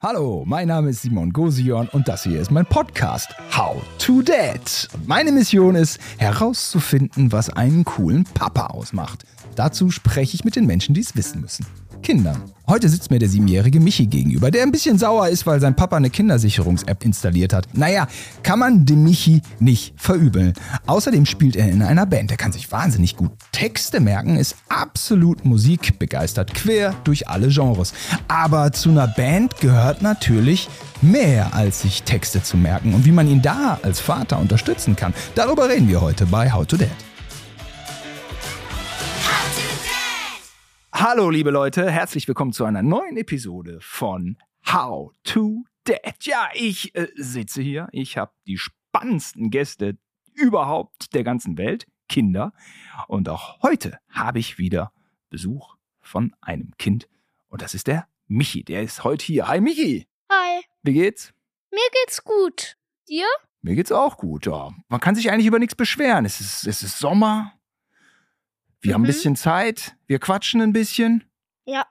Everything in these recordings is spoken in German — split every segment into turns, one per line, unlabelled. Hallo, mein Name ist Simon Gosion und das hier ist mein Podcast How to Dad. Und meine Mission ist herauszufinden, was einen coolen Papa ausmacht. Dazu spreche ich mit den Menschen, die es wissen müssen. Kindern. Heute sitzt mir der siebenjährige Michi gegenüber, der ein bisschen sauer ist, weil sein Papa eine Kindersicherungs-App installiert hat. Naja, kann man dem Michi nicht verübeln. Außerdem spielt er in einer Band. Er kann sich wahnsinnig gut Texte merken, ist absolut musikbegeistert, quer durch alle Genres. Aber zu einer Band gehört natürlich mehr als sich Texte zu merken. Und wie man ihn da als Vater unterstützen kann, darüber reden wir heute bei How to Dad. Hallo, liebe Leute, herzlich willkommen zu einer neuen Episode von How to Dad. Ja, ich äh, sitze hier. Ich habe die spannendsten Gäste überhaupt der ganzen Welt, Kinder. Und auch heute habe ich wieder Besuch von einem Kind. Und das ist der Michi. Der ist heute hier. Hi, Michi.
Hi,
Wie geht's?
mir geht's gut. Dir?
Mir geht's auch gut. Ja. Man kann sich eigentlich über nichts beschweren. Es ist, es ist Sommer. Wir haben ein
Mhm.
bisschen Zeit. Wir quatschen ein bisschen.
Ja. Ein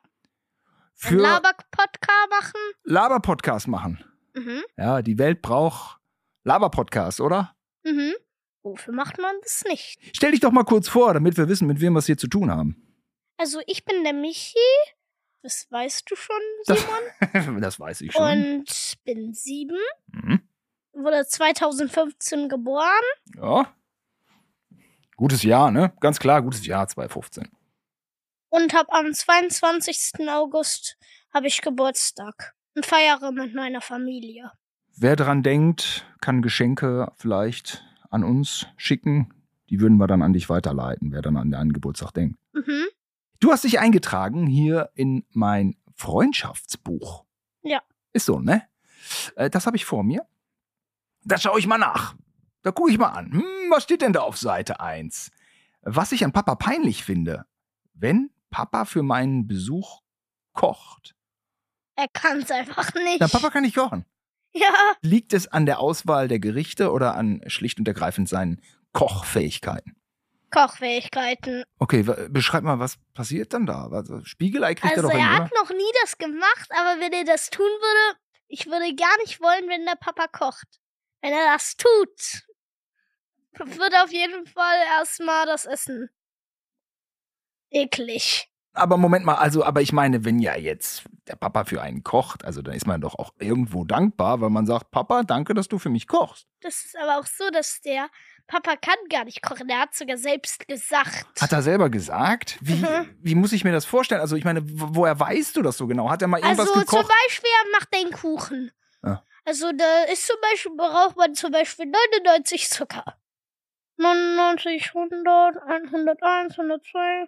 Für
Laber-Podcast machen?
Laber-Podcast machen.
Mhm.
Ja, die Welt braucht Laber-Podcast, oder?
Mhm. Wofür macht man das nicht?
Stell dich doch mal kurz vor, damit wir wissen, mit wem wir es hier zu tun haben.
Also, ich bin der Michi. Das weißt du schon,
Das-
Simon.
das weiß ich schon.
Und bin sieben.
Mhm.
Wurde 2015 geboren.
Ja. Gutes Jahr, ne? Ganz klar, gutes Jahr 2015.
Und hab am 22. August habe ich Geburtstag. Und feiere mit meiner Familie.
Wer dran denkt, kann Geschenke vielleicht an uns schicken. Die würden wir dann an dich weiterleiten, wer dann an deinen Geburtstag denkt.
Mhm.
Du hast dich eingetragen hier in mein Freundschaftsbuch.
Ja.
Ist so, ne? Äh, Das habe ich vor mir. Da schaue ich mal nach. Da gucke ich mal an. Hm, was steht denn da auf Seite 1? Was ich an Papa peinlich finde, wenn Papa für meinen Besuch kocht.
Er kann's einfach nicht.
Na, Papa kann nicht kochen.
Ja.
Liegt es an der Auswahl der Gerichte oder an schlicht und ergreifend seinen Kochfähigkeiten?
Kochfähigkeiten.
Okay, wa- beschreib mal, was passiert dann da? Also, Spiegelei kriegt
Also
er doch hin,
er
oder?
hat noch nie das gemacht, aber wenn er das tun würde, ich würde gar nicht wollen, wenn der Papa kocht. Wenn er das tut, wird auf jeden Fall erstmal das Essen eklig.
Aber Moment mal, also, aber ich meine, wenn ja jetzt der Papa für einen kocht, also dann ist man doch auch irgendwo dankbar, weil man sagt, Papa, danke, dass du für mich kochst.
Das ist aber auch so, dass der Papa kann gar nicht kochen. Er hat sogar selbst gesagt.
Hat er selber gesagt? Wie,
Mhm.
wie muss ich mir das vorstellen? Also, ich meine, wo- woher weißt du das so genau? Hat er mal irgendwas
also zum
gekocht? Ah.
Beispiel, er macht den Kuchen.
Ja.
Also da ist zum Beispiel, braucht man zum Beispiel 99 Zucker. 99, 100, 101, 102.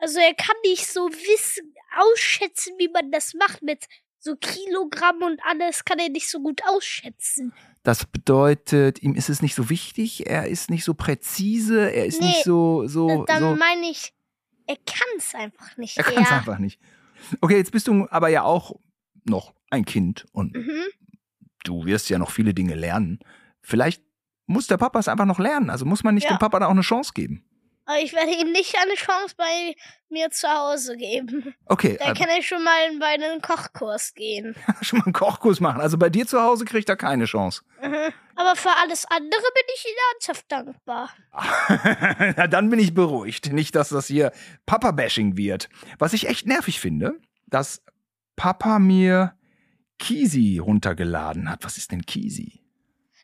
Also er kann nicht so wissen, ausschätzen, wie man das macht mit so Kilogramm und alles, kann er nicht so gut ausschätzen.
Das bedeutet, ihm ist es nicht so wichtig, er ist nicht so präzise, er ist
Nee,
nicht so. so,
Dann
so
meine ich, er kann es einfach nicht.
er kann es
ja.
einfach nicht. Okay, jetzt bist du aber ja auch noch ein Kind und
Mhm.
du wirst ja noch viele Dinge lernen. Vielleicht muss der Papa es einfach noch lernen. Also muss man nicht
Ja.
dem Papa da auch eine Chance geben.
Aber ich werde ihm nicht eine Chance bei mir zu Hause geben.
Okay,
Da
äh,
kann er schon mal bei einen Kochkurs gehen.
schon mal einen Kochkurs machen. Also bei dir zu Hause kriegt er keine Chance.
Mhm. Aber für alles andere bin ich Ihnen ernsthaft dankbar.
Na, dann bin ich beruhigt. Nicht, dass das hier Papa-Bashing wird. Was ich echt nervig finde, dass Papa mir Kisi runtergeladen hat. Was ist denn Kisi?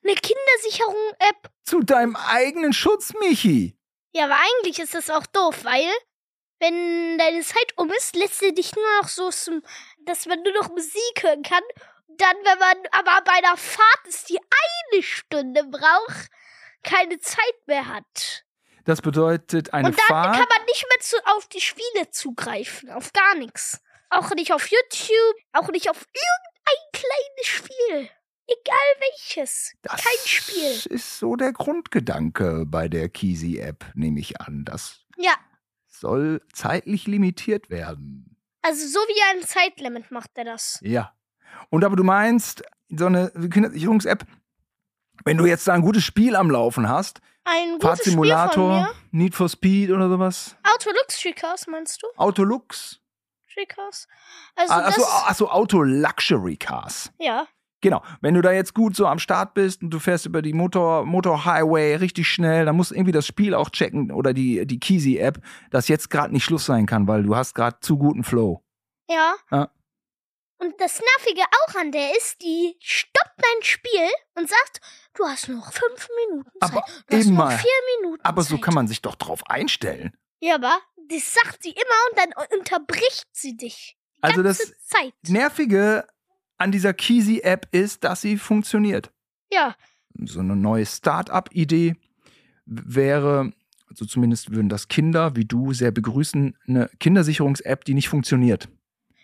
Eine Kindersicherung-App.
Zu deinem eigenen Schutz, Michi.
Ja, aber eigentlich ist das auch doof, weil wenn deine Zeit um ist, lässt er dich nur noch so, zum, dass man nur noch Musik hören kann. Dann, wenn man aber bei einer Fahrt ist, die eine Stunde braucht, keine Zeit mehr hat.
Das bedeutet eine
Und dann
Fahrt.
kann man nicht mehr zu, auf die Spiele zugreifen, auf gar nichts. Auch nicht auf YouTube, auch nicht auf irgendein kleines Spiel. Egal welches.
Das
Kein Spiel.
ist so der Grundgedanke bei der Kisi-App, nehme ich an. Das
Ja.
soll zeitlich limitiert werden.
Also so wie ein Zeitlimit macht er das.
Ja. Und aber du meinst, so eine Kindersicherungs-App, wenn du jetzt da ein gutes Spiel am Laufen hast,
Ein gutes Spiel von
Fahrtsimulator,
mir.
Need for Speed oder sowas,
Auto Luxury Cars meinst du?
Autolux,
Luxury Cars. Also
Ah, achso,
das,
achso, Auto-Luxury-Cars.
ja,
Genau. Wenn du da jetzt gut so am Start bist und du fährst über die Motor, Motor Highway richtig schnell, dann musst du irgendwie das Spiel auch checken oder die, die Kisi App, dass jetzt gerade nicht Schluss sein kann, weil du hast gerade zu guten Flow.
ja.
Ja.
Und das Nervige auch an der ist, die stoppt dein Spiel und sagt, du hast noch fünf Minuten Zeit.
Aber
du hast
eben
noch
mal.
vier Minuten
Aber so
Zeit.
kann man sich doch drauf einstellen.
Ja, aber das sagt sie immer und dann unterbricht sie dich. Die
Also das
ganze Zeit.
Nervige an dieser Kisi App ist, dass sie funktioniert.
Ja,
so eine neue Start-up-Idee wäre, also zumindest würden das Kinder wie du sehr begrüßen, eine Kindersicherungs-App, die nicht funktioniert,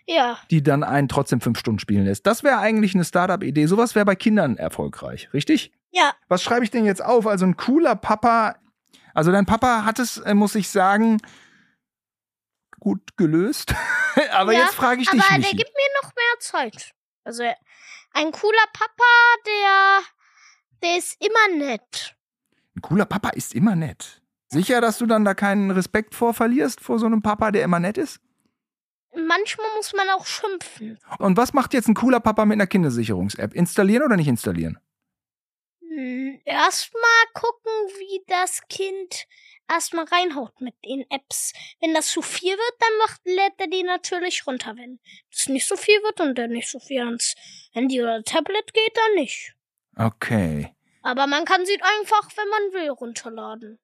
ja,
die dann einen trotzdem fünf Stunden spielen lässt. Das wäre eigentlich eine Start-up-Idee. Sowas wäre bei Kindern erfolgreich, richtig?
ja,
Was schreibe ich denn jetzt auf? Also ein cooler Papa, also dein Papa hat es, äh, muss ich sagen, gut gelöst. aber
Ja,
jetzt frage ich dich,
aber der
Michi.
gibt mir noch mehr Zeit. Also er- ein cooler Papa, der, der ist immer nett.
Ein cooler Papa ist immer nett. Sicher, dass du dann da keinen Respekt vor verlierst, vor so einem Papa, der immer nett ist?
Manchmal muss man auch schimpfen.
Und was macht jetzt ein cooler Papa mit einer Kindersicherungs-App? Installieren oder nicht installieren?
Hm, Erstmal gucken, wie das Kind erstmal reinhaut mit den Apps. Wenn das zu viel wird, dann macht, lädt er die natürlich runter. Wenn das nicht so viel wird und er nicht so viel ans Handy oder Tablet geht, dann nicht.
Okay.
Aber man kann sie einfach, wenn man will, runterladen.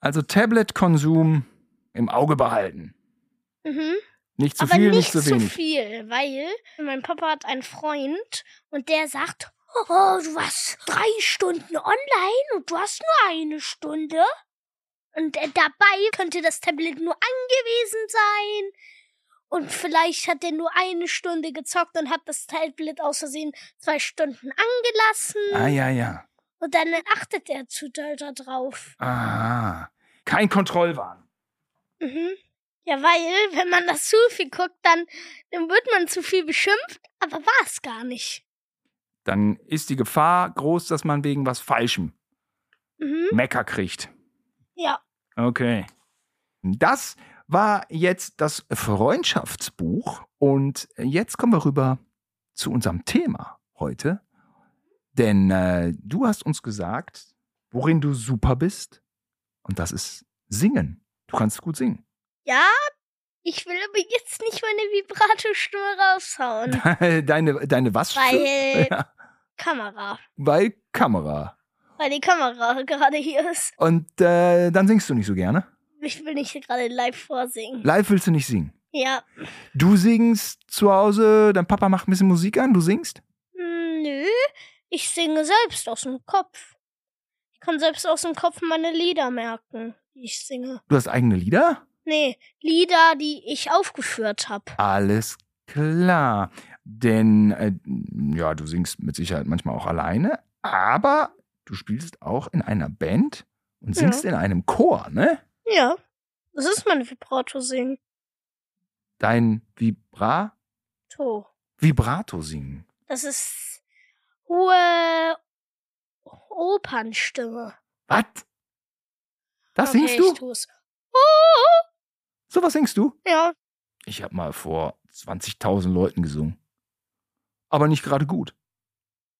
Also Tablet-Konsum im Auge behalten.
Mhm.
Nicht zu
Aber
viel,
nicht
nicht, zu
zu
wenig.
viel, weil mein Papa hat einen Freund und der sagt, oh, du warst drei Stunden online und du hast nur eine Stunde. Und äh, dabei könnte das Tablet nur angewiesen sein. Und vielleicht hat er nur eine Stunde gezockt und hat das Tablet aus Versehen zwei Stunden angelassen.
Ah, ja, ja.
Und dann achtet er zu doll da drauf.
Aha. Kein Kontrollwahn.
Mhm. Ja, weil, wenn man das zu viel guckt, dann, dann wird man zu viel beschimpft, aber war es gar nicht.
Dann ist die Gefahr groß, dass man wegen was Falschem
Mhm.
Mecker kriegt.
Ja.
Okay. Das war jetzt das Freundschaftsbuch. Und jetzt kommen wir rüber zu unserem Thema heute. Denn äh, du hast uns gesagt, worin du super bist. Und das ist Singen. Du kannst gut singen.
Ja, ich will aber jetzt nicht meine Vibrato-Stimme raushauen.
deine, deine was?
Hm. Weil
Ja,
Kamera.
weil Kamera.
Weil die Kamera gerade hier ist.
Und äh, dann singst du nicht so gerne.
Ich will nicht gerade live vorsingen.
Live willst du nicht singen.
Ja.
Du singst zu Hause, dein Papa macht ein bisschen Musik an, du singst.
Hm, Nö, ich singe selbst aus dem Kopf. Ich kann selbst aus dem Kopf meine Lieder merken, die ich singe.
Du hast eigene Lieder?
Nee, Lieder, die ich aufgeführt habe.
Alles klar. Denn, äh, ja, du singst mit Sicherheit manchmal auch alleine, aber du spielst auch in einer Band und
Ja.
singst in einem Chor, ne?
Ja, das ist mein Vibrato-Singen.
Dein Vibra
To.
Vibrato singen.
Das ist hohe Opernstimme.
Was? Das
okay,
singst du?
Ich tu's. Oh,
So was singst du?
ja,
Ich habe mal vor 20.000 Leuten gesungen. Aber nicht gerade gut.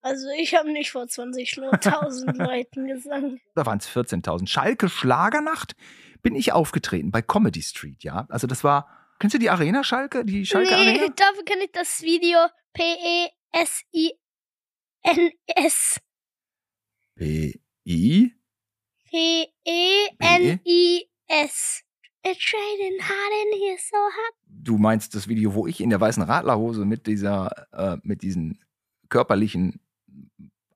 also ich habe nicht vor 20.000 Leuten gesungen.
da waren es 14.000. Schalke Schlagernacht bin ich aufgetreten bei Comedy Street, ja. Also das war, kennst du die Arena Schalke, die Schalke
nee,
Arena?
dafür kenne ich das Video P-E-S-I-N-S.
P-I?
P-E-N-I-S. It's raining hard in here so hard.
Du meinst das Video, wo ich in der weißen Radlerhose mit dieser, äh, mit diesen körperlichen,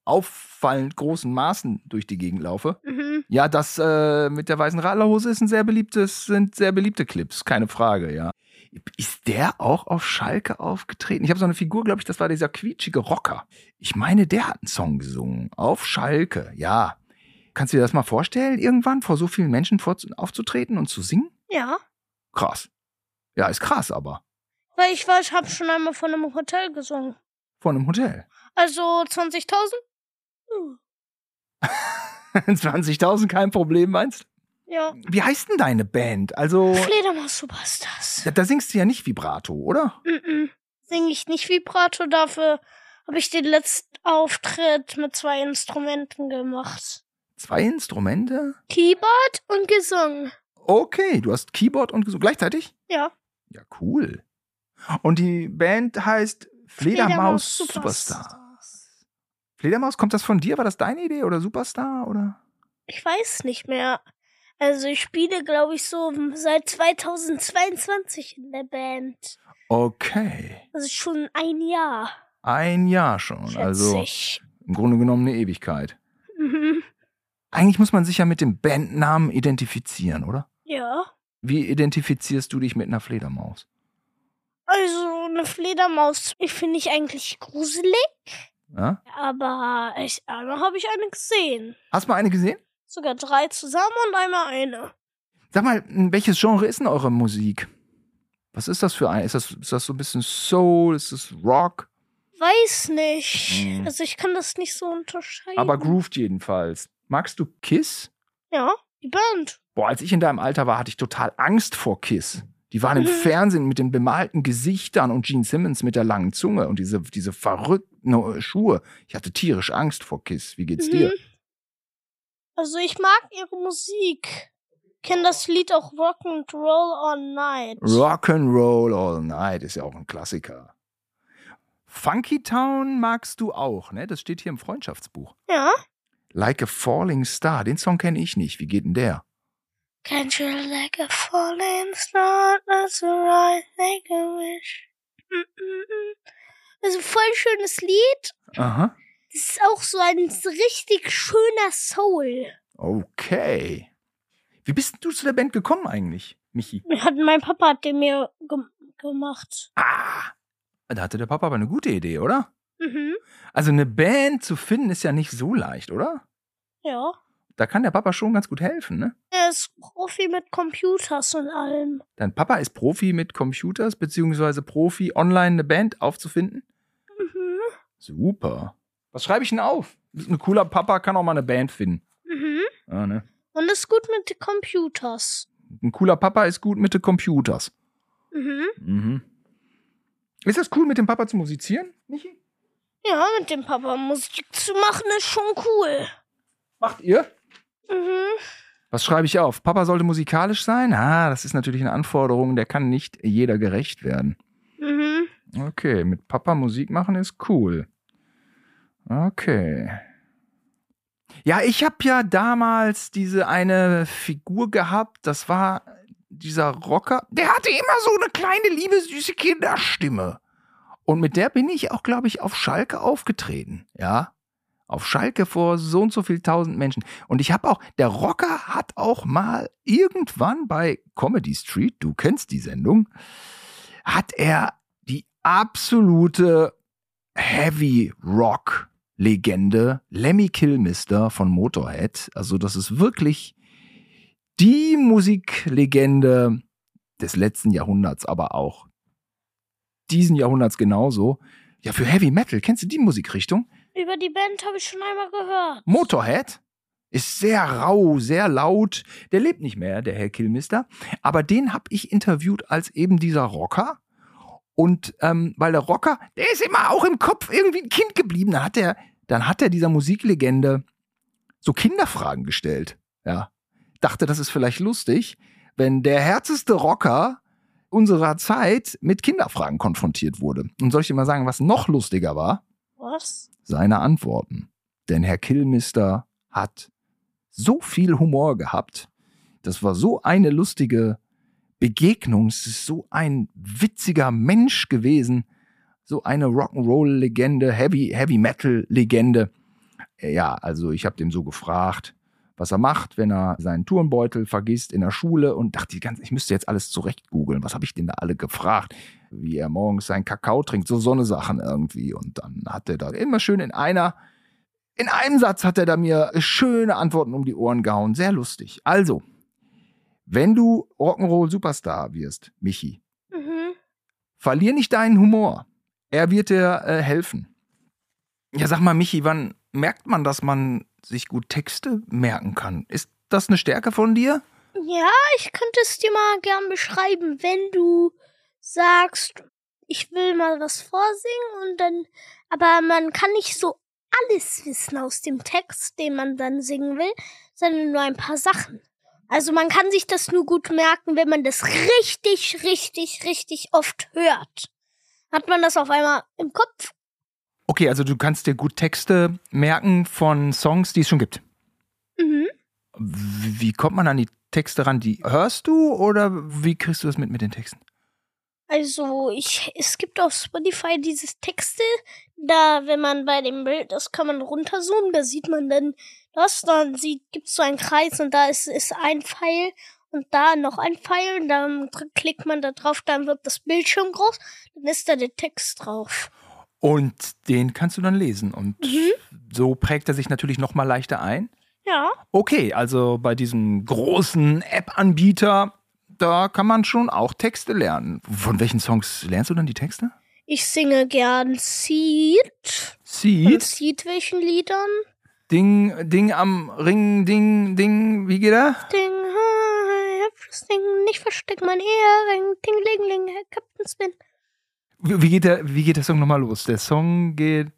auffallend großen Maßen durch die Gegend laufe?
Mhm.
Ja, das äh, mit der weißen Radlerhose ist ein sehr beliebtes, sind sehr beliebte Clips, keine Frage, ja. Ist der auch auf Schalke aufgetreten? Ich habe so eine Figur, glaube ich, das war dieser quietschige Rocker. Ich meine, der hat einen Song gesungen. Auf Schalke, ja. Kannst du dir das mal vorstellen, irgendwann vor so vielen Menschen vorzu- aufzutreten und zu singen?
Ja.
Krass. Ja, ist krass, aber.
Weil ich war, ich habe schon einmal von einem Hotel gesungen.
Vor einem Hotel.
Also 20.000? Hm.
20.000, kein Problem, meinst
Ja.
Wie heißt denn deine Band? Also,
Fledermaus Superstars.
da, da singst du ja nicht Vibrato, oder?
Mhm. Singe ich nicht Vibrato, dafür habe ich den letzten Auftritt mit zwei Instrumenten gemacht.
Zwei Instrumente?
Keyboard und gesungen.
Okay, du hast Keyboard und Gesang gleichzeitig?
Ja.
Ja, cool. Und die Band heißt Fledermaus Superstar. Fledermaus, kommt das von dir? War das deine Idee oder Superstar oder?
Ich weiß nicht mehr. Also ich spiele, glaube ich, so seit 2022 in der Band.
Okay.
Das ist schon ein Jahr,
Ein Jahr schon,
schätze
also
ich.
im Grunde genommen eine Ewigkeit.
Mhm.
Eigentlich muss man sich ja mit dem Bandnamen identifizieren, oder?
Ja.
Wie identifizierst du dich mit einer Fledermaus?
Also eine Fledermaus ich finde ich eigentlich gruselig,
Ja?
aber ich, einmal habe ich eine gesehen.
Hast du mal eine gesehen?
Sogar drei zusammen und einmal eine.
Sag mal, welches Genre ist denn eure Musik? Was ist das für ein? Ist das, ist das so ein bisschen Soul? Ist das Rock?
Weiß nicht.
Mhm.
Also ich kann das nicht so unterscheiden.
Aber grooved jedenfalls. Magst du Kiss?
Ja, die Band.
Boah, als ich in deinem Alter war, hatte ich total Angst vor Kiss. Die waren im
Mhm.
Fernsehen mit den bemalten Gesichtern und Gene Simmons mit der langen Zunge und diese, diese verrückten äh, Schuhe. Ich hatte tierisch Angst vor Kiss. Wie geht's dir?
Mhm. Also ich mag ihre Musik. Kenn das Lied auch Rock and Roll All Night.
Rock'n'Roll All Night ist ja auch ein Klassiker. Funky Town magst du auch, ne? Das steht hier im Freundschaftsbuch.
Ja.
Like a Falling Star, den Song kenne ich nicht. Wie geht denn der?
Can't you like a falling star? That's right, make a wish. Mm, mm, mm. Also voll schönes Lied.
Aha.
Das ist auch so ein richtig schöner Soul.
Okay. Wie bist denn du zu der Band gekommen eigentlich, Michi?
Hat mein Papa hat den mir gem- gemacht.
Ah! Da hatte der Papa aber eine gute Idee, oder?
Mhm.
Also eine Band zu finden ist ja nicht so leicht, oder?
Ja.
Da kann der Papa schon ganz gut helfen, ne?
Er ist Profi mit Computers und allem.
Dein Papa ist Profi mit Computers, beziehungsweise Profi, online eine Band aufzufinden?
Mhm.
Super. Was schreibe ich denn auf? Ist ein cooler Papa, kann auch mal eine Band finden.
Mhm.
Ja, ne?
Und ist gut mit den Computers.
Ein cooler Papa ist gut mit den Computers.
Mhm.
Mhm. Ist das cool, mit dem Papa zu musizieren, Michi?
Ja, mit dem Papa Musik zu machen ist schon cool.
Macht ihr?
Mhm.
Was schreibe ich auf? Papa sollte musikalisch sein? Ah, das ist natürlich eine Anforderung, der kann nicht jeder gerecht werden.
Mhm.
Okay, mit Papa Musik machen ist cool. Okay. Ja, ich habe ja damals diese eine Figur gehabt, das war dieser Rocker, der hatte immer so eine kleine liebe süße Kinderstimme. Und mit der bin ich auch, glaube ich, auf Schalke aufgetreten, ja? Auf Schalke vor so und so viel tausend Menschen. Und ich habe auch, der Rocker hat auch mal irgendwann bei Comedy Street, du kennst die Sendung, hat er die absolute Heavy Rock Legende Lemmy Kilmister von Motorhead. Also das ist wirklich die Musiklegende des letzten Jahrhunderts, aber auch diesen Jahrhunderts genauso. Ja, für Heavy Metal, kennst du die Musikrichtung?
Über die Band habe ich schon einmal gehört.
Motorhead ist sehr rau, sehr laut. Der lebt nicht mehr, der Herr Kilmister. Aber den habe ich interviewt als eben dieser Rocker. Und ähm, weil der Rocker, der ist immer auch im Kopf irgendwie ein Kind geblieben. Dann hat er, dann hat er dieser Musiklegende so Kinderfragen gestellt. Ja. Dachte, das ist vielleicht lustig, wenn der härteste Rocker unserer Zeit mit Kinderfragen konfrontiert wurde. Und soll ich dir mal sagen, was noch lustiger war?
Was?
seine Antworten. Denn Herr Killmister hat so viel Humor gehabt. Das war so eine lustige Begegnung. Es ist so ein witziger Mensch gewesen. So eine Rock'n'Roll-Legende, Heavy, Heavy Metal-Legende. Ja, also ich habe dem so gefragt, was er macht, wenn er seinen Turnbeutel vergisst in der Schule und dachte, die ganze- ich müsste jetzt alles zurecht googeln. Was habe ich denn da alle gefragt? wie er morgens seinen Kakao trinkt, so so eine Sachen irgendwie. Und dann hat er da immer schön in einer, in einem Satz hat er da mir schöne Antworten um die Ohren gehauen. Sehr lustig. Also, wenn du Rock'n'Roll Superstar wirst, Michi,
Mhm.
verlier nicht deinen Humor. Er wird dir äh, helfen. Ja, sag mal, Michi, wann merkt man, dass man sich gut Texte merken kann? Ist das eine Stärke von dir?
Ja, ich könnte es dir mal gern beschreiben, wenn du sagst, ich will mal was vorsingen und dann, aber man kann nicht so alles wissen aus dem Text, den man dann singen will, sondern nur ein paar Sachen. Also man kann sich das nur gut merken, wenn man das richtig, richtig, richtig oft hört. Hat man das auf einmal im Kopf?
Okay, also du kannst dir gut Texte merken von Songs, die es schon gibt.
Mhm.
Wie wie kommt man an die Texte ran? Die hörst du oder wie kriegst du das mit mit den Texten?
Also, ich, es gibt auf Spotify dieses Texte, da, wenn man bei dem Bild ist, kann man runterzoomen, da sieht man dann das, dann sieht, gibt's so einen Kreis und da ist, ist ein Pfeil und da noch ein Pfeil und dann drückt- klickt man da drauf, dann wird das Bildschirm groß, dann ist da der Text drauf.
Und den kannst du dann lesen und
Mhm.
so prägt er sich natürlich noch mal leichter ein.
Ja.
Okay, also bei diesem großen App-Anbieter, da kann man schon auch Texte lernen. Von welchen Songs lernst du dann die Texte?
Ich singe gern Seed. Von
Seed,
Seed welchen Liedern?
Ding, Ding am Ring, Ding, Ding, wie geht er?
Ding, hi, hübsches Ding, nicht versteck mein Ehering, Ding, Ling, Ling, Herr Captain Spin.
Wie wie geht der, wie geht der Song nochmal los? Der Song geht,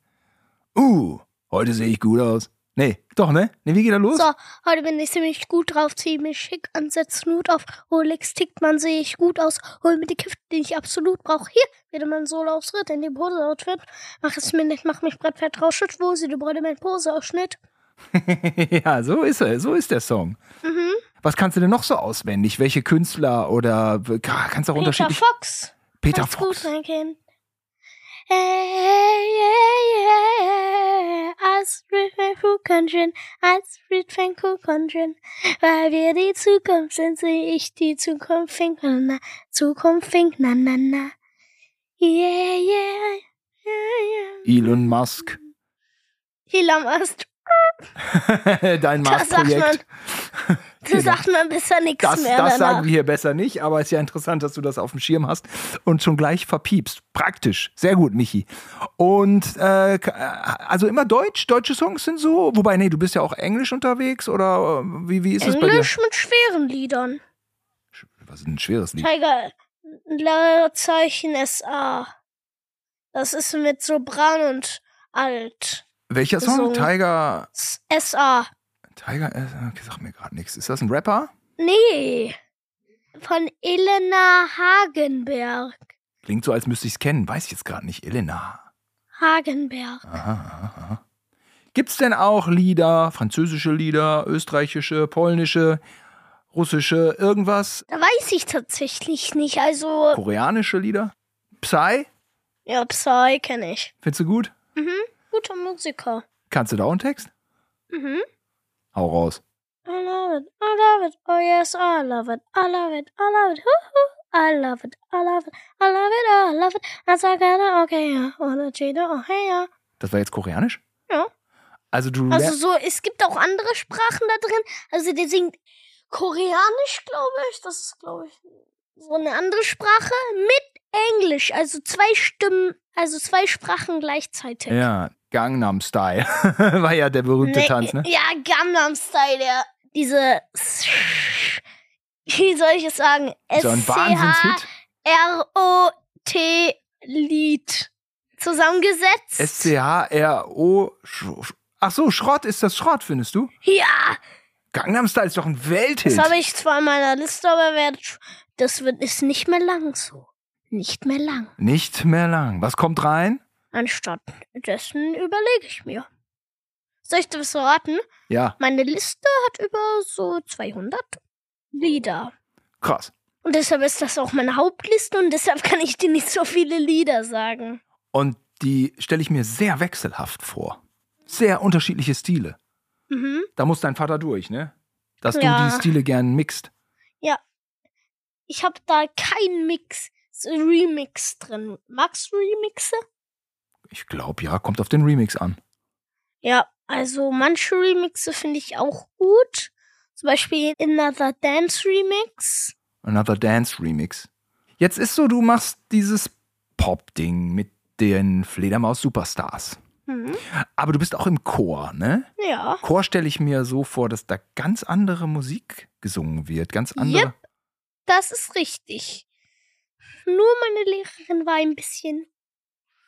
uh, heute sehe ich gut aus. Nee, doch, ne? Nee, wie geht er los?
So, heute bin ich ziemlich gut drauf, zieh mich schick an, setz Nut auf. Rolex tickt man, sehe ich gut aus. Hol mir die Kiffe, die ich absolut brauche. Hier, wieder mein Solo-Ausritt in dem Pose-Outfit. Mach es mir nicht, mach mich brett, vertrauschet, wo sie, du Bräute, mein Pose-Ausschnitt.
ja, so ist er, so ist der Song.
Mhm.
Was kannst du denn noch so auswendig? Welche Künstler oder kannst du auch
Peter
unterschiedlich?
Fox.
Peter
Macht's
Fox.
gut, mein Kind. Hey, yeah, yeah, yeah. Als Ried mein Kuhkonchen, als Ried mein Kuhkonchen. Weil wir die Zukunft sind, sehe ich die Zukunft fink, na, na, Zukunft fink, na, na, na. Yeah, yeah, yeah, yeah.
Elon Musk.
Elon Musk,
Dein
Das sagt
Mars-Projekt.
da sagt man besser nichts
Das,
mehr
das
danach.
sagen wir hier besser nicht, aber ist ja interessant, dass du das auf dem Schirm hast und schon gleich verpiepst. Praktisch. Sehr gut, Michi. Und äh, k- äh, also immer Deutsch, deutsche Songs sind so, wobei, nee, du bist ja auch Englisch unterwegs oder äh, wie, wie ist es bei dir?
Englisch mit schweren Liedern.
Sch- Was ist ein schweres Lied?
Tiger, Leerzeichen SA. Das ist mit so braun und alt.
Welcher Song?
so-
Tiger.
S- SA.
Tiger, äh, okay, sag mir gerade nichts. Ist das ein Rapper?
Nee. Von Elena Hagenberg.
Klingt so, als müsste ich es kennen. Weiß ich jetzt gerade nicht. Elena.
Hagenberg.
Aha, aha, aha. Gibt's denn auch Lieder, französische Lieder, österreichische, polnische, russische, irgendwas,
Da weiß ich tatsächlich nicht. Also,
koreanische Lieder? Psy?
ja, Psy kenne ich.
Findest du gut?
Mhm. Guter Musiker.
Kannst du da auch einen Text?
Mhm.
Hau raus.
I love it, I love it, oh yes, I love it, I love it, I love it, hoo hoo, I love it, I love it, I love it, I love it, as I got it, okay, yeah, oh, the cheetah, oh, hey, yeah.
Das war jetzt koreanisch?
Ja.
Also du
Also
lernst-
so, es gibt auch andere Sprachen da drin. Also der singt Koreanisch, glaube ich. Das ist, glaube ich, so eine andere Sprache mit Englisch. Also zwei Stimmen, also zwei Sprachen gleichzeitig.
Ja, Gangnam Style. war ja der berühmte
Nee,
Tanz, ne?
Ja, Gangnam Style, der, diese, wie soll ich es sagen?
Ist ja ein Wahnsinnshit.
S-C-H-R-O-T Lied. Zusammengesetzt.
S-C-H-R-O. Sch- Sch- Ach so, Schrott ist das Schrott, findest du?
ja,
Gangnam Style ist doch ein Welthit.
Das habe ich zwar in meiner Liste, aber werd, das wird, ist nicht mehr lang so. Nicht mehr lang.
Nicht mehr lang. Was kommt rein?
Anstatt dessen überlege ich mir. Soll ich dir was verraten?
Ja,
Meine Liste hat über so 200 Lieder.
krass.
Und deshalb ist das auch meine Hauptliste und deshalb kann ich dir nicht so viele Lieder sagen.
Und die stelle ich mir sehr wechselhaft vor. Sehr unterschiedliche Stile.
Mhm.
Da muss dein Vater durch, ne? Dass du
Ja.
die Stile gern mixt.
Ich habe da keinen Mix, so Remix drin. Magst du Remixe?
Ich glaube, ja, kommt auf den Remix an.
Ja, also manche Remixe finde ich auch gut. Zum Beispiel Another Dance Remix.
Another Dance Remix. Jetzt ist so, du machst dieses Pop-Ding mit den Fledermaus-Superstars.
Mhm.
Aber du bist auch im Chor, ne?
Ja.
Chor stelle ich mir so vor, dass da ganz andere Musik gesungen wird, ganz andere.
Yep. Das ist richtig. Nur meine Lehrerin war ein bisschen.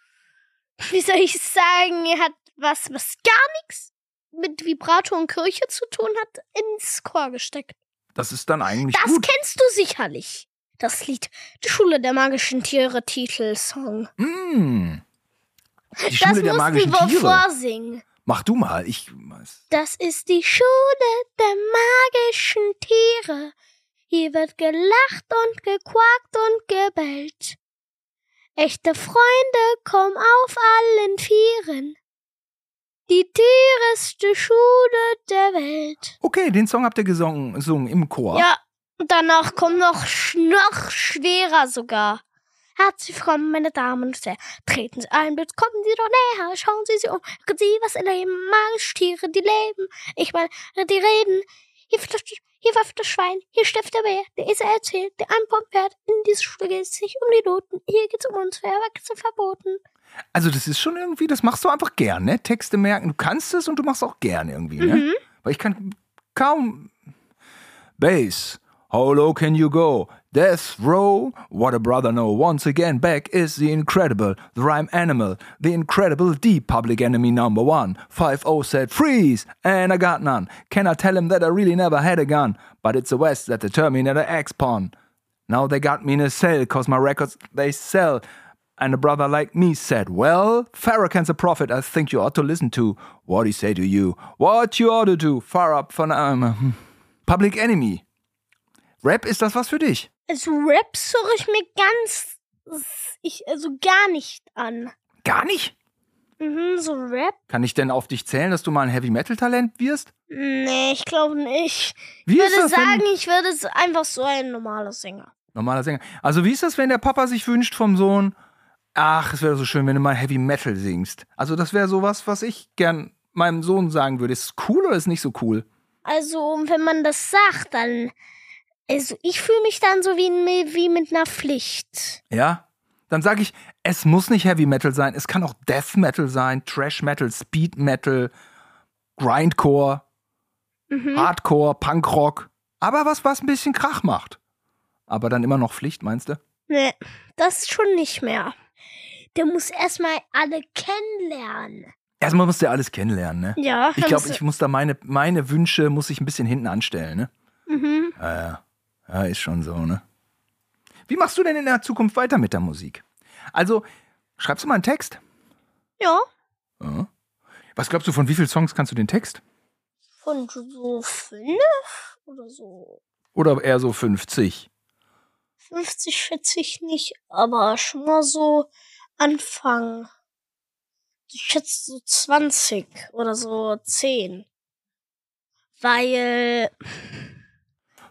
Wie soll ich sagen, er hat was, was gar nichts mit Vibrato und Kirche zu tun hat, ins Chor gesteckt.
Das ist dann eigentlich
Das
gut.
kennst du sicherlich. Das Lied Die Schule der magischen Tiere Titelsong.
Mm. Die
Das
Schule der magischen
mussten wir
Tiere.
vorsingen.
Mach du mal. Ich
Das ist die Schule der magischen Tiere. Hier wird gelacht und gequakt und gebellt. Echte Freunde kommen auf allen Vieren. Die tiereste Schule der Welt.
Okay, den Song habt ihr gesungen, gesungen im Chor.
Ja, und danach kommt noch, sch- noch schwerer sogar. Herzlich willkommen, meine Damen und Herren. Treten Sie ein, bitte kommen Sie doch näher. Schauen Sie sich um. Können Sie was erleben? Magische Tiere, die leben. Ich meine, die reden. Hier fliegt das, hier pfeift das Schwein, hier stepft der Bär, der ist erzählt, der Anpump fährt. In dieser Schule geht es nicht um die Noten. Hier geht's um uns, für Erwachsene verboten.
Also das ist schon irgendwie, das machst du einfach gern, ne? Texte merken, du kannst es und du machst auch gern irgendwie, ne?
Mhm.
Weil ich kann kaum Bass. How low can you go? Death row. What a brother no. Once again back is the incredible, the rhyme animal, the incredible deep public enemy number one. 5-0 said freeze, and I got none. Can I tell him that I really never had a gun? But it's the West that the Terminator X pawn. Now they got me in a cell, cause my records they sell. And a brother like me said, Well, Farrakhan's a prophet I think you ought to listen to. What he say to you? What you ought to do? Far up von um, Public Enemy. Rap ist das was für dich?
Also Raps höre ich mir ganz, ich, also gar nicht an.
Gar nicht?
Mhm, so Rap
Kann ich denn auf dich zählen, dass du mal ein Heavy-Metal-Talent wirst?
Nee, ich glaube nicht.
Wie
Ich
ist
würde
das
sagen,
denn?
ich würde es einfach so ein normaler Sänger.
Normaler Sänger. Also wie ist das, wenn der Papa sich wünscht vom Sohn, ach, es wäre so schön, wenn du mal Heavy-Metal singst. Also das wäre sowas, was ich gern meinem Sohn sagen würde. Ist es cool oder ist nicht so cool?
Also, wenn man das sagt, dann. Also, ich fühle mich dann so wie, mi- wie mit einer Pflicht.
Ja? Dann sage ich, es muss nicht Heavy Metal sein, es kann auch Death Metal sein, Trash Metal, Speed Metal, Grindcore,
Mhm.
Hardcore, Punkrock, aber was was ein bisschen Krach macht. Aber dann immer noch Pflicht, meinst du?
Nee, Ne, das schon nicht mehr. Der muss erstmal alle kennenlernen.
Erstmal musst du ja alles kennenlernen, ne?
Ja,
Ich
dann
glaube,
muss-
ich muss da meine, meine Wünsche muss ich ein bisschen hinten anstellen, ne?
Mhm.
Ja, ja. ja, ist schon so, ne? Wie machst du denn in der Zukunft weiter mit der Musik? Also, schreibst du mal einen Text?
Ja,
Ja. Was glaubst du, von wie vielen Songs kannst du den Text?
von so fünf oder so.
Oder eher so 50?
50 schätze ich nicht, aber schon mal so Anfang. Ich schätze so 20 oder so 10. Weil,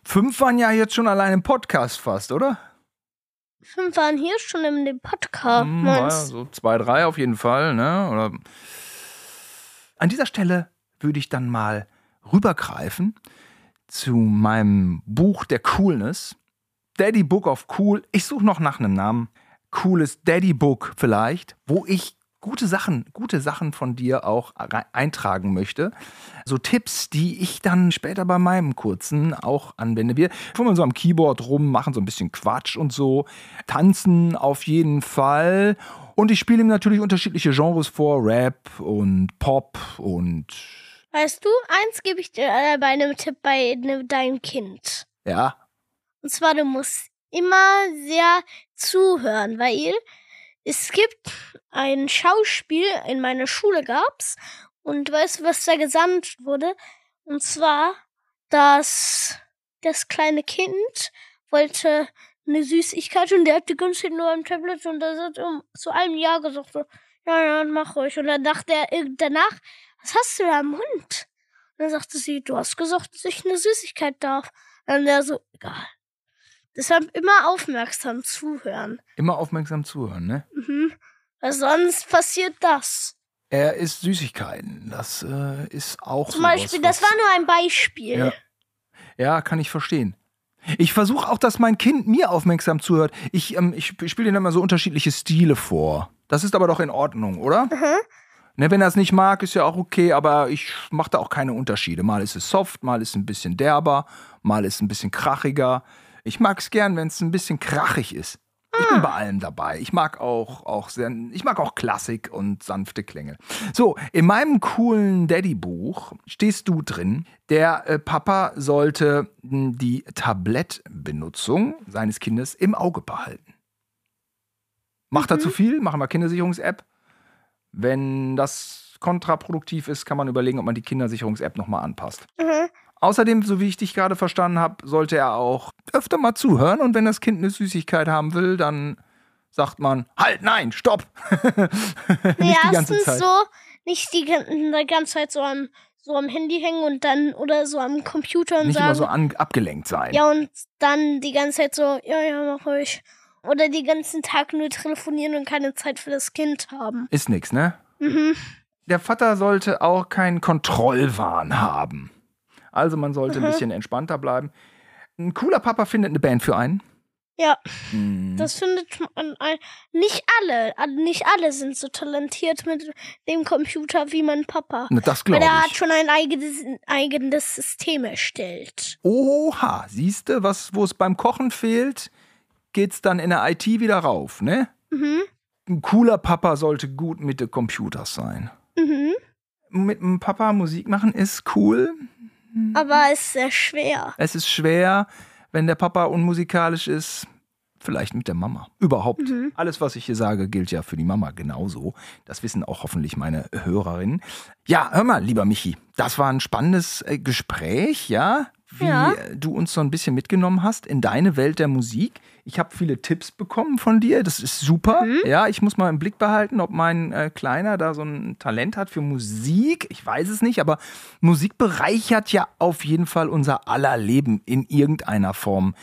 Fünf waren ja jetzt schon allein im Podcast fast, oder?
fünf waren hier schon in dem Podcast.
Hm, ja,
meinst du?
so zwei, drei auf jeden Fall, ne? Oder An dieser Stelle würde ich dann mal rübergreifen zu meinem Buch der Coolness. Daddy Book of Cool. Ich suche noch nach einem Namen. Cooles Daddy Book vielleicht, wo ich gute Sachen, gute Sachen von dir auch rei- eintragen möchte. So Tipps, die ich dann später bei meinem kurzen auch anwende. Wir fummeln so am Keyboard rum, machen so ein bisschen Quatsch und so, tanzen auf jeden Fall. Und ich spiele ihm natürlich unterschiedliche Genres vor, Rap und Pop und
Weißt du, eins gebe ich dir äh, bei einem Tipp bei ne- deinem Kind.
ja,
Und zwar, du musst immer sehr zuhören, weil es gibt ein Schauspiel in meiner Schule gab's und weißt du, was da gesandt wurde? Und zwar, dass das kleine Kind wollte eine Süßigkeit und der hat die ganze Zeit nur am Tablet und da hat um zu einem Jahr gesagt, so, ja, ja, mach ruhig. Und dann dachte er irg- danach, was hast du da im Mund? Und dann sagte sie, du hast gesagt, dass ich eine Süßigkeit darf. Und dann der so, egal. Deshalb immer aufmerksam zuhören.
immer aufmerksam zuhören, ne?
Mhm. Weil sonst passiert das.
Er isst Süßigkeiten. Das äh, ist auch
Zum
sowas,
Beispiel,
was-
das war nur ein Beispiel.
Ja. Ja, kann ich verstehen. Ich versuche auch, dass mein Kind mir aufmerksam zuhört. Ich, ähm, ich spiele denen immer so unterschiedliche Stile vor. Das ist aber doch in Ordnung, oder?
Mhm.
Ne, wenn er es nicht mag, ist ja auch okay, aber ich mache da auch keine Unterschiede. Mal ist es soft, mal ist es ein bisschen derber, mal ist es ein bisschen krachiger. Ich mag es gern, wenn es ein bisschen krachig ist. Ich bin bei allem dabei. Ich mag auch, auch sehr, ich mag auch Klassik und sanfte Klänge. So, in meinem coolen Daddy-Buch stehst du drin. Der äh, Papa sollte mh, die Tablettbenutzung seines Kindes im Auge behalten. Macht
Mhm.
er zu viel? Machen wir Kindersicherungs-App. Wenn das kontraproduktiv ist, kann man überlegen, ob man die Kindersicherungs-App nochmal anpasst.
Mhm.
Außerdem, so wie ich dich gerade verstanden habe, sollte er auch öfter mal zuhören und wenn das Kind eine Süßigkeit haben will, dann sagt man, halt, nein, stopp. Nicht die ganze
Erstens
Zeit.
so, nicht die, gan- die ganze Zeit so am, so am Handy hängen und dann oder so am Computer und
Nicht
sagen,
immer so an, abgelenkt sein.
ja und dann die ganze Zeit so, ja, ja, mach ruhig. Oder den ganzen Tag nur telefonieren und keine Zeit für das Kind haben.
Ist nix, ne?
Mhm.
Der Vater sollte auch keinen Kontrollwahn haben. Also man sollte
Mhm.
ein bisschen entspannter bleiben. Ein cooler Papa findet eine Band für einen.
Ja,
Mhm.
das findet man ein, nicht alle, an- nicht alle sind so talentiert mit dem Computer wie mein Papa.
Na, das
Weil
glaube
er hat
ich.
schon ein eigenes, eigenes System erstellt.
Oha, siehste, was, wo es beim Kochen fehlt, geht's dann in der IT wieder rauf, ne?
Mhm.
ein cooler Papa sollte gut mit den Computers sein.
Mhm.
Mit einem Papa Musik machen ist cool.
Aber es ist sehr schwer.
Es ist schwer, wenn der Papa unmusikalisch ist. Vielleicht mit der Mama. Überhaupt. Alles, was ich hier sage, gilt ja für die Mama genauso. Das wissen auch hoffentlich meine Hörerinnen. Ja, hör mal, lieber Michi, das war ein spannendes äh, Gespräch, ja? Wie
Ja.
äh, du uns so ein bisschen mitgenommen hast in deine Welt der Musik. Ich habe viele Tipps bekommen von dir. Das ist super. Ja, ich muss mal im Blick behalten, ob mein äh, Kleiner da so ein Talent hat für Musik. Ich weiß es nicht, aber Musik bereichert ja auf jeden Fall unser aller Leben in irgendeiner Form.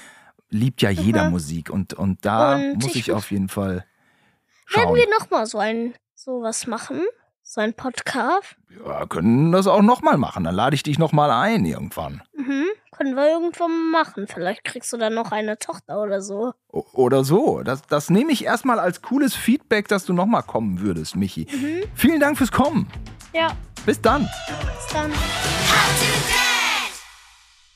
Liebt ja jeder Musik und, und da
Mhm. Und
muss
ich
ich
muss-
auf jeden Fall
Werden
schauen.
wir nochmal so ein sowas machen? So ein Podcast?
ja, können das auch nochmal machen. Dann lade ich dich nochmal ein irgendwann.
Mhm. Können wir irgendwann machen. Vielleicht kriegst du dann noch eine Tochter oder so.
O- Oder so. Das, das nehme ich erstmal als cooles Feedback, dass du nochmal kommen würdest, Michi.
Mhm.
Vielen Dank fürs Kommen.
Ja,
Bis dann.
bis dann.